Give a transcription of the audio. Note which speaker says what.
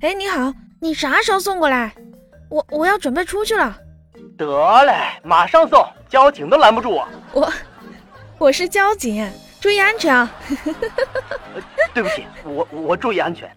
Speaker 1: 哎，你好，你啥时候送过来？我我要准备出去了。
Speaker 2: 得嘞，马上送，交警都拦不住我。
Speaker 1: 我我是交警，注意安全啊！
Speaker 2: 对不起，我我注意安全。